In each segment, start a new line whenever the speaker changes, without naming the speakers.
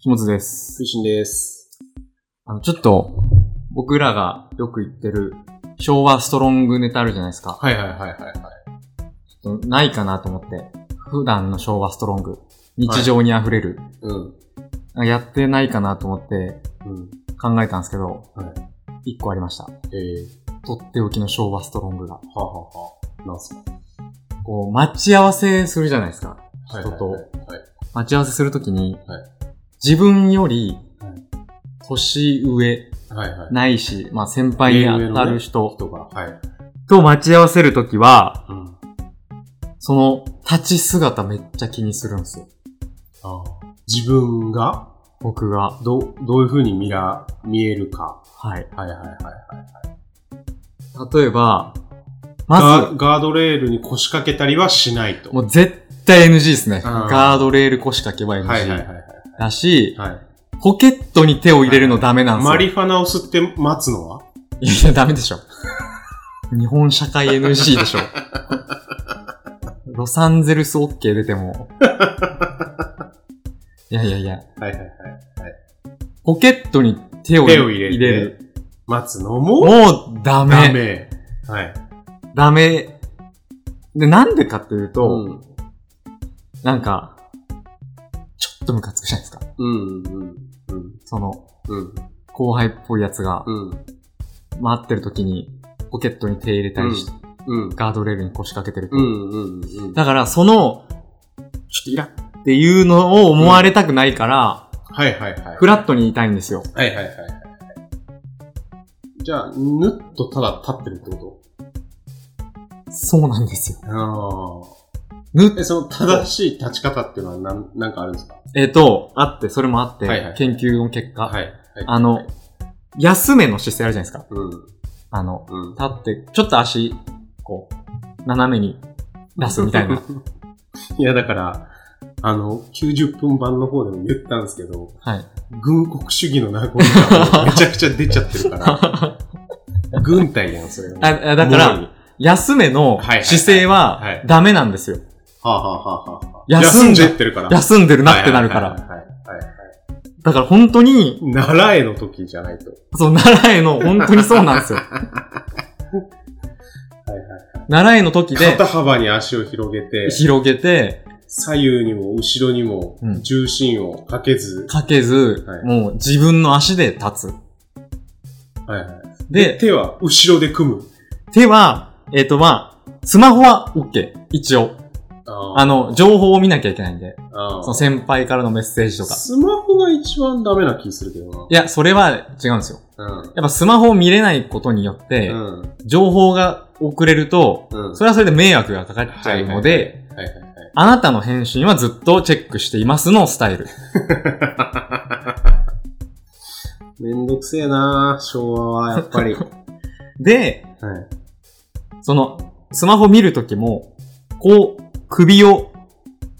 木本です。
推進です。
あの、ちょっと、僕らがよく言ってる、昭和ストロングネタあるじゃないですか。
はいはいはいはいはい。
ちょっとないかなと思って、普段の昭和ストロング、日常に溢れる、
うん。
なんかやってないかなと思って
うん。
考えたんですけど、
は
一個ありました。
ええ
とっておきの昭和ストロングが。
はははなんすか
こう、待ち合わせするじゃないですか。
はい
人と。
はい
待ち合わせするときに、
はい
自分より
はい、
年上、
はいはい。
ないし、まあ先輩に当たる人
人が。はい。
と待ち合わせるときは、
うん。
その立ち姿めっちゃ気にするんですよ。
あ自分が、
僕が。
ど、どういう風に見ら、見えるか。
はい。
はいはいはいはい。
例えば、ま
ガガードレールに腰掛けたりはしないと。
ず、もう絶対 NG ですね。
うん
ガードレール腰掛けば
はいはい
NG
はい
だし、
はい。はい。
ポケットに手を入れるのダメなんですよ。
マリファナを吸って待つのはい
やいや、ダメでしょ。 日本社会 NG でしょ。ロサンゼルス OK 出て も。いやいやいや、
はいはいはい。
ポケットに手を
手を入れて
入れる。
待つのも
もうダメ。
ダメ。はい。
ダメ。で、なんでかっていうと、
ん。
なんか、ちょっとムカつくじゃないですか。
うんうんうん
その、
うん
後輩っぽいやつが、
うん
回ってる時に、ポケットに手入れたりし、
うん
ガードレールに腰掛けてると。
うんうんうん。
だから、その、ちょっとイラっていうのを思われたくないから、
はいはいはい。
フラットに言いたいんですよ。
はいはいはいはい。じゃあ、ぬっとただ立ってるってこ
そうなんですよ。
とあ
ぬ
あ。え、その正しい立ち方っていうのはなんなんかあるんですか
えっ、と、あって、それもあって、
はいはい
研究の結果、
はい。はい、
あの、安めの姿勢あるじゃないですか。
うん。
あの、
うん。
立って、ちょっと足、こう、斜めに出すみたい な。。
いや、だから、あの、90分版の方でも言ったんですけど、
はい。
軍国主義の名残がめちゃくちゃ出ちゃって るから、軍隊やん、それは。
ああだから
もろに
安めの
はいはい
姿勢
は
はいダメなんですよ。
はあ、はあはあはあ、
休んじゃ
ってるから。
休んでるなってなるか
はい
ら。
はいはいはいはいはい。
だから本当に、
習えの時じゃないと。
そう、奈良への本当にそうなんですよ。
はいはい。
奈良への時で
肩幅に足を広げて、
広げて、
左右にも後ろにも
うん
重心をかけず、
かけず、
はい
もう自分の足で立つ。
はいはい、
で、
手は後ろで組む。
手は、えっ、とまあ、スマホは OK。一応。あ
あ
の、情報を見なきゃいけないんで。
あ
その先輩からのメッセージとか。
スマホが一番ダメな気するけど
いや、それは違うんですよ。
な。
やっぱスマホを見れないことによって、
うん。うん。
情報が遅れると、
うん。
それはそれで迷惑がかかっちゃうので、
はいはい
あなたの返信はずっとチェックしていますのスタイル。
はい。 めんどくせえな昭和はやっ ぱり。はい。
で、その、スマホ見るときも、こう、首を、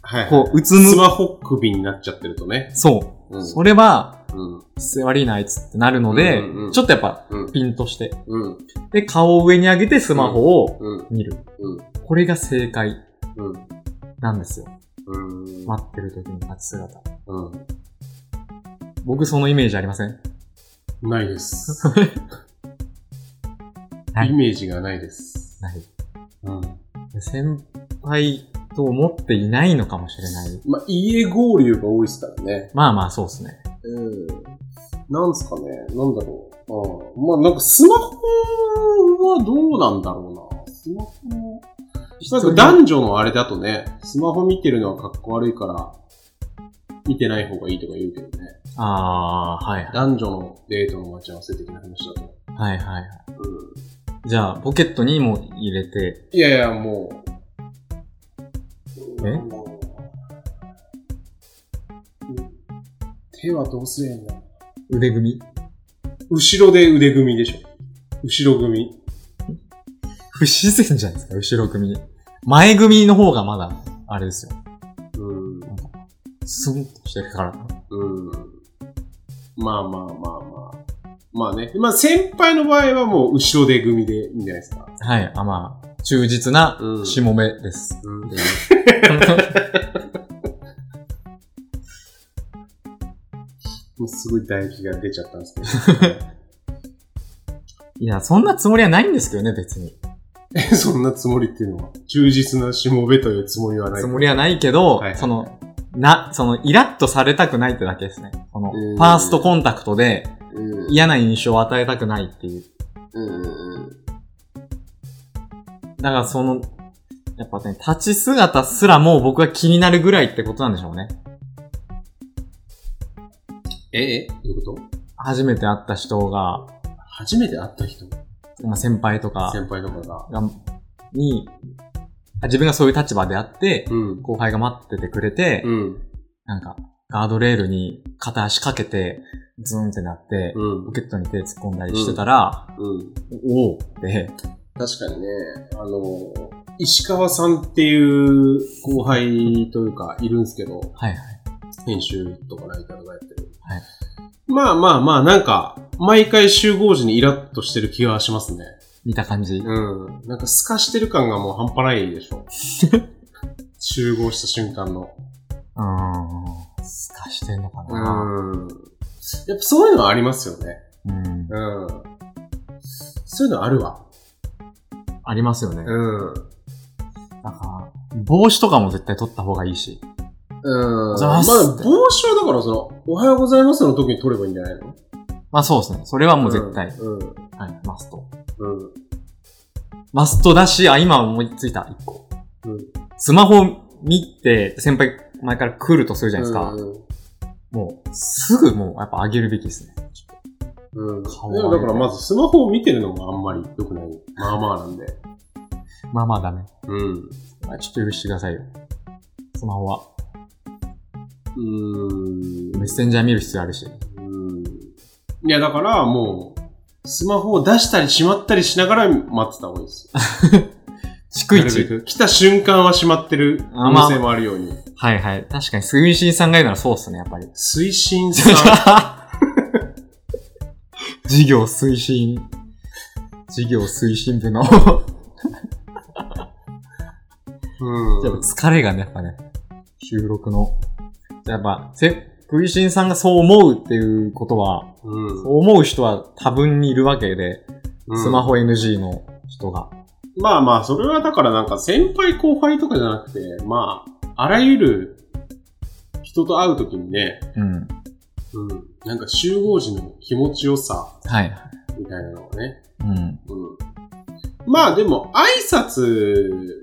はい。
こう、うつ
ス
む。
マホ首になっちゃってるとね。
そうう。
ん。
それは、
うん。
姿勢悪いな、あいつってなるので、
うんうんうん
ちょっとやっぱ、
うん。
ピンとして。
うん。
で、顔を上に上げてスマホを
うん。
見る。
うん
これが正解
うん。
なんですよ。
うん。
待ってるときの立ち姿。
うん。
僕そのイメージありません
ない です。
はい
イメージがないです。
ない。
うん。
で先輩と思っていないのかもしれない。
まあ、家合流が多いですからね。
まあまあ、そうですね。
うん。なんすかね。なんだろう。うん。まあ、なんかスマホはどうなんだろうな。スマホ。なんか男女のあれだとね、スマホ見てるのはかっこ悪いから、見てない方がいいとか言うけどね。
ああ、はいはい。
男女のデートの待ち合わせ的な話だと。
はいはいはい。
うん。
じゃあ、ポケットにも入れて、
いやいや、もう。
え
もう手はどうすりゃいいんだ
腕組み
後ろで腕組みでしょ。後ろ組み。
不自然じゃないですか、後ろ組み。前組みの方がまだ、あれですよ。
うん。
スンとしてるから。
うん。まあまあまあまあ。まあね。まあ先輩の場合はもう後ろで組でいいんじゃないですか。
はい、あ、まあ、忠実な
う、ん
しもべです。
うん。もうすごい唾液が出ちゃったんですけど。
いや、そんなつもりはないんですけどね、別に。
え、そんなつもりっていうのは、忠実なしもべというつもりはない。
つもりはないけど、
はい
その、な、その、イラッとされたくないってだけですね。その、
うん
ファーストコンタクトで
うん。
嫌な印象を与えたくないっていう。
うん。
だからその、やっぱね、立ち姿すらもう僕は気になるぐらいってことなんでしょうね。
え、え、どういうこと
初めて会った人が、
初めて会った人
まあ、先輩とか
先輩とかが。
が、に、あ自分がそういう立場であって、
うん。
後輩が待っててくれて、
うん。
なんか、ガードレールに片足かけて、ズーンってなって、
うん
ポ。ケットに手突っ込んだりしてたら、
うん。
おおって、
確かにね、あの、石川さんっていう後輩というか、いるんですけど、
はいはい。
編集とかライターとかやってる。
はい
まあまあまあ、なんか、毎回集合時にイラッとしてる気がしますね。
見た感じ。
うん。なんか、透かしてる感がもう半端ないでしょ。 集合した瞬間の。
うーん。すかしてんのか
う
な。
ん。やっぱそういうのはありますよね。
うん。
うん。そういうのあるわ。
ありますよね。
うん。
なんか、帽子とかも絶対取った方がいいし。
うん。ま
ざ
あ、
ます
帽子はだからその、おはようございますの時に取ればいいんじゃないの
まあそうですね。それはもう絶対。
うん。うん。
はい、マスト。
うん。
マストだし、あ、今思いついた、一個。
うん
スマホ見て、先輩前から来るとするじゃないですか。
うん
もう、すぐもう、やっぱ上げるべきですね。
うん。
かわいい
でもだからまずスマホを見てるのもあんまり良くない。まあまあなんで。
まあまあダメ。
うん。
まあちょっと許してくださいよ。スマホは。
うん。
メッセンジャー見る必要あるし。
うん。いや、だからもう、スマホを出したりしまったりしながら待ってた方がいいです。
逐
なるべ
一。
く来た瞬間はしまってる可能性もあるように。
はいはい。確かに、スミシンさんが言うならそうっすね、やっぱり。
推 進さ
事業推進。事業推進部の。
ん。う
やっぱ疲れがね、やっぱね、収録の。やっぱ、せ、クイシンさんがそう思うっていうことは、
う
そ
ん
う思う人は多分にいるわけで、
うん
スマホ NG の人が。
まあまあ、それはだからなんか先輩後輩とかじゃなくて、まあ、あらゆる人と会うときにね、
うん。
うん、なんか集合時の気持ちよさ
はい。
みたいなのがね。
うん。
うん、まあでも、挨拶、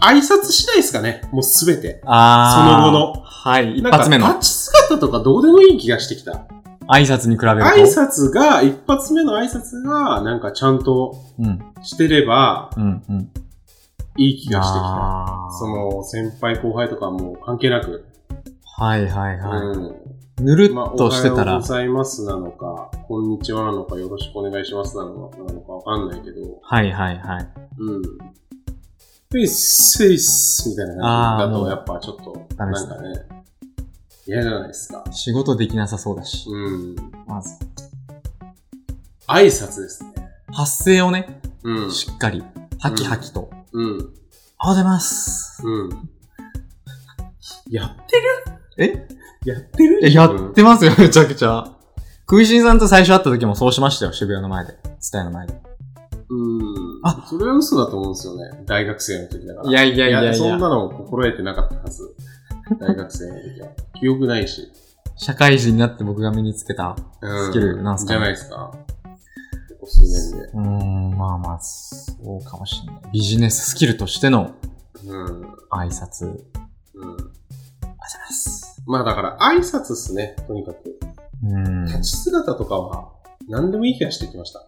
挨拶次第ですかね。もうすべて。
あー。
その後の
はい。一
なんか
発目の
立ち姿とかどうでもいい気がしてきた。
挨拶に比べると。
挨拶が、一発目の挨拶が、なんかちゃんと
うん。
してれば
うん。うん。
いい気がしてきた。
あー
その、先輩後輩とかも関係なく。
はいはいは
うん。
い。ぬる
まあ、
っ
お
と
は
して
よう
たら。
ございますなのか、こんにちはなのか、よろしくお願いしますなのか、なのかわかんないけど、
はいはいはい。
うん。フェイス、フェイスみたいな
あー
感じだ
も
と、
う
やっぱちょっと、
ダメで
な
す
ん
ね
かね、嫌じゃないですか。
仕事できなさそうだし。
うん。
まず、
挨拶ですね。
発声をね、
うん。
しっかり、ハキハキと。
うん。
おはようございます。
うん。やっ
え
て、やってる
え、やってますよ、め ちゃくちゃ。クイシンさんと最初会った時もそうしましたよ、渋谷の前で。伝えの前で。
うん。
あ
それは嘘だと思うんですよね。大学生の時だから。
いやいやいやいや
そんなの心得てなかったはず。大学生の時は。記憶ないし。
社会人になって僕が身につけた。
うん
スキルなんすかね
じゃないですか。ここ数年で。
うーん、まあまあ、そうかもしれない。ビジネススキルとしての
うん。うん。
挨拶。おはようございます。
まあだから、挨拶っすね。とにかく。
うーん、
立ち姿とかは、何でもいい気がしてきました。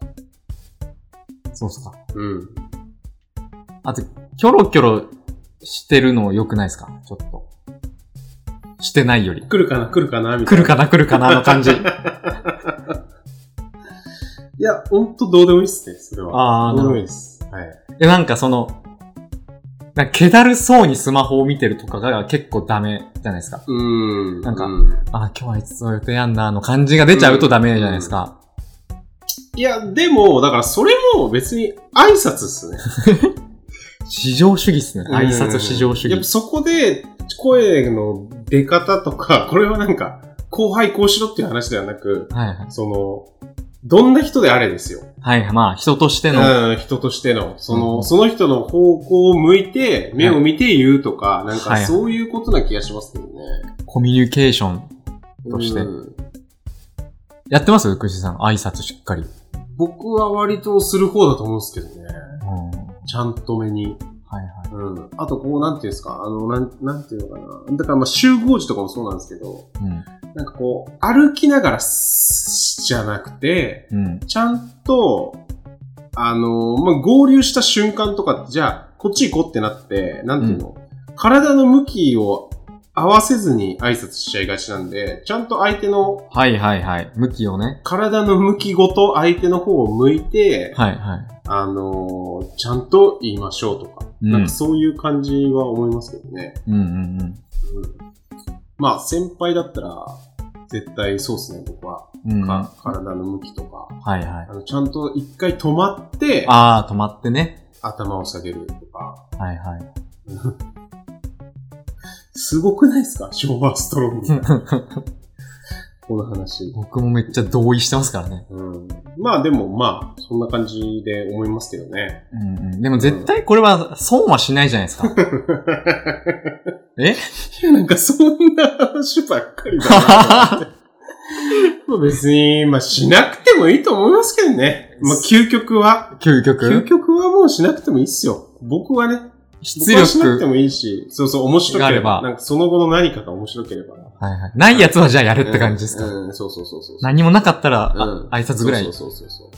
そうっすか。
うん。
あと、キョロキョロしてるの良くないですかちょっと。してないより。
来るかな、来るかな、みたい
来
な。
るかな来るかなの感じ。
いや、ほんとどうでもいいっすね、それは。
ああ、な
どうで
る
も
ほ
いい
ど。
です。はい。
え、なんかその、なんか、気だるそうにスマホを見てるとかが結構ダメじゃないですか。
うん。
なんか
う
あー、今日はいつの予定やんな、の感じが出ちゃうとダメじゃないですか。
いや、でも、だからそれも別に挨拶っすね。
至上主義っすね。 挨拶至上主
やっぱ
義。
そこで、声の出方とか、これはなんか、後輩こうしろっていう話ではなく、
はいはい。
その、どんな人であれですよ。
はい、まあ、人としての、
うん、人としての、その、
うん
その人の方向を向いて、目を見て言うとか、なんか
はい
そういうことな気がしますけどね。
コミュニケーション。そして
うん
やってます福士さん。挨拶しっかり。うん。
僕は割とする方だと思うんですけどね。
は
ちゃんと目に。
いはい。
うん。あと、こう、なんていうんですか、あの、なん、なんていうのかな。だから、まあ、集合時とかもそうなんですけど、
うん。
なんかこう、歩きながらす、じゃなくて、
うん。
ちゃんと、あの、まあ、合流した瞬間とか、じゃあ、こっち行こうってなって、なんていうの、体の向きを合わせずに挨拶しちゃいがちなんで、ちゃんと相手の、
はいはいはい。向きをね。
体の向きごと相手の方を向いて、
はいはい。
あの、ちゃんと言いましょうとか、
うん
なんかそういう感じは思いますけどね。
うんうんうん。
うんまあ、先輩だったら、絶対そうっすね、僕は。
うん、
か
は
体の向きとか。
いはい
あ。のちゃんと一回止まって、
ああ、止まってね。
頭を下げるとか。
はいはい。
すごくないですか ショーバーストロング。この話。
僕もめっちゃ同意してますからね。
うん、まあでもまあ、そんな感じで思いますけどね。
うんうん。でも絶対これは損はしないじゃないですか。え
いや、なんかそんな話ばっかり だな。まあ別に、まあしなくてもいいと思いますけどね。まあ究極は。
究極
究極はもうしなくてもいいっすよ。僕はね、
出
僕はしなくて
力。
もいいし、そうそう、面白けれ
があ
ば、
れば
なんかその後の何かが面白ければ。
はいはい。ないやつはじゃあやるって感じですか。
うん、うんそうそうそうそう。
何もなかったら、あ
うん
挨拶ぐらい。
そうそうそうそう。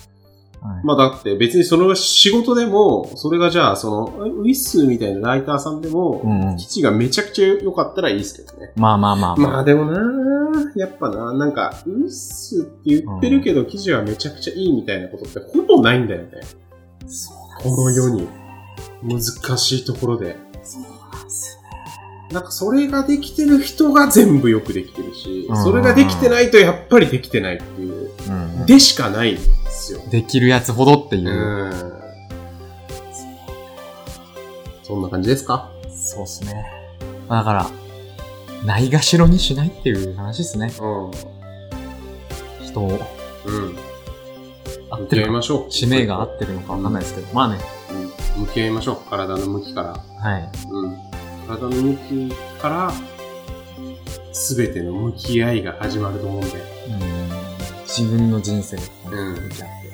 はい
まあだって別にその仕事でも、それがじゃあその、ウィッスみたいなライターさんでも、
うんうん
基地がめちゃくちゃ良かったらいいですけどね。
まあまあまあまあ。
まあでもなーやっぱななんか、ウィッスって言ってるけど、記事はめちゃくちゃいいみたいなことってほぼないんだよね。
そうなんです
この世に。難しいところで。
そうなんです
なんかそれができてる人が全部よくできてるし
う、ん
それができてないとやっぱりできてないっていう、
ようんうんで
でしかないんですよ。
できるやつほどっていう。
そんな感じですか
そうっすね。まあだから、ないがしろにしないっていう話ですね。
うん。
人を。
うん。
合っ
向
て
き
る
合い
か。
ましょう。
使命が合ってるのかわかんないですけど。まあね。
うん。向き合いましょう。体の向きから。
はい。
うん。体の向きから、すべての向き合いが始まると思うんで。
うん自分の人生と
うん
向き合って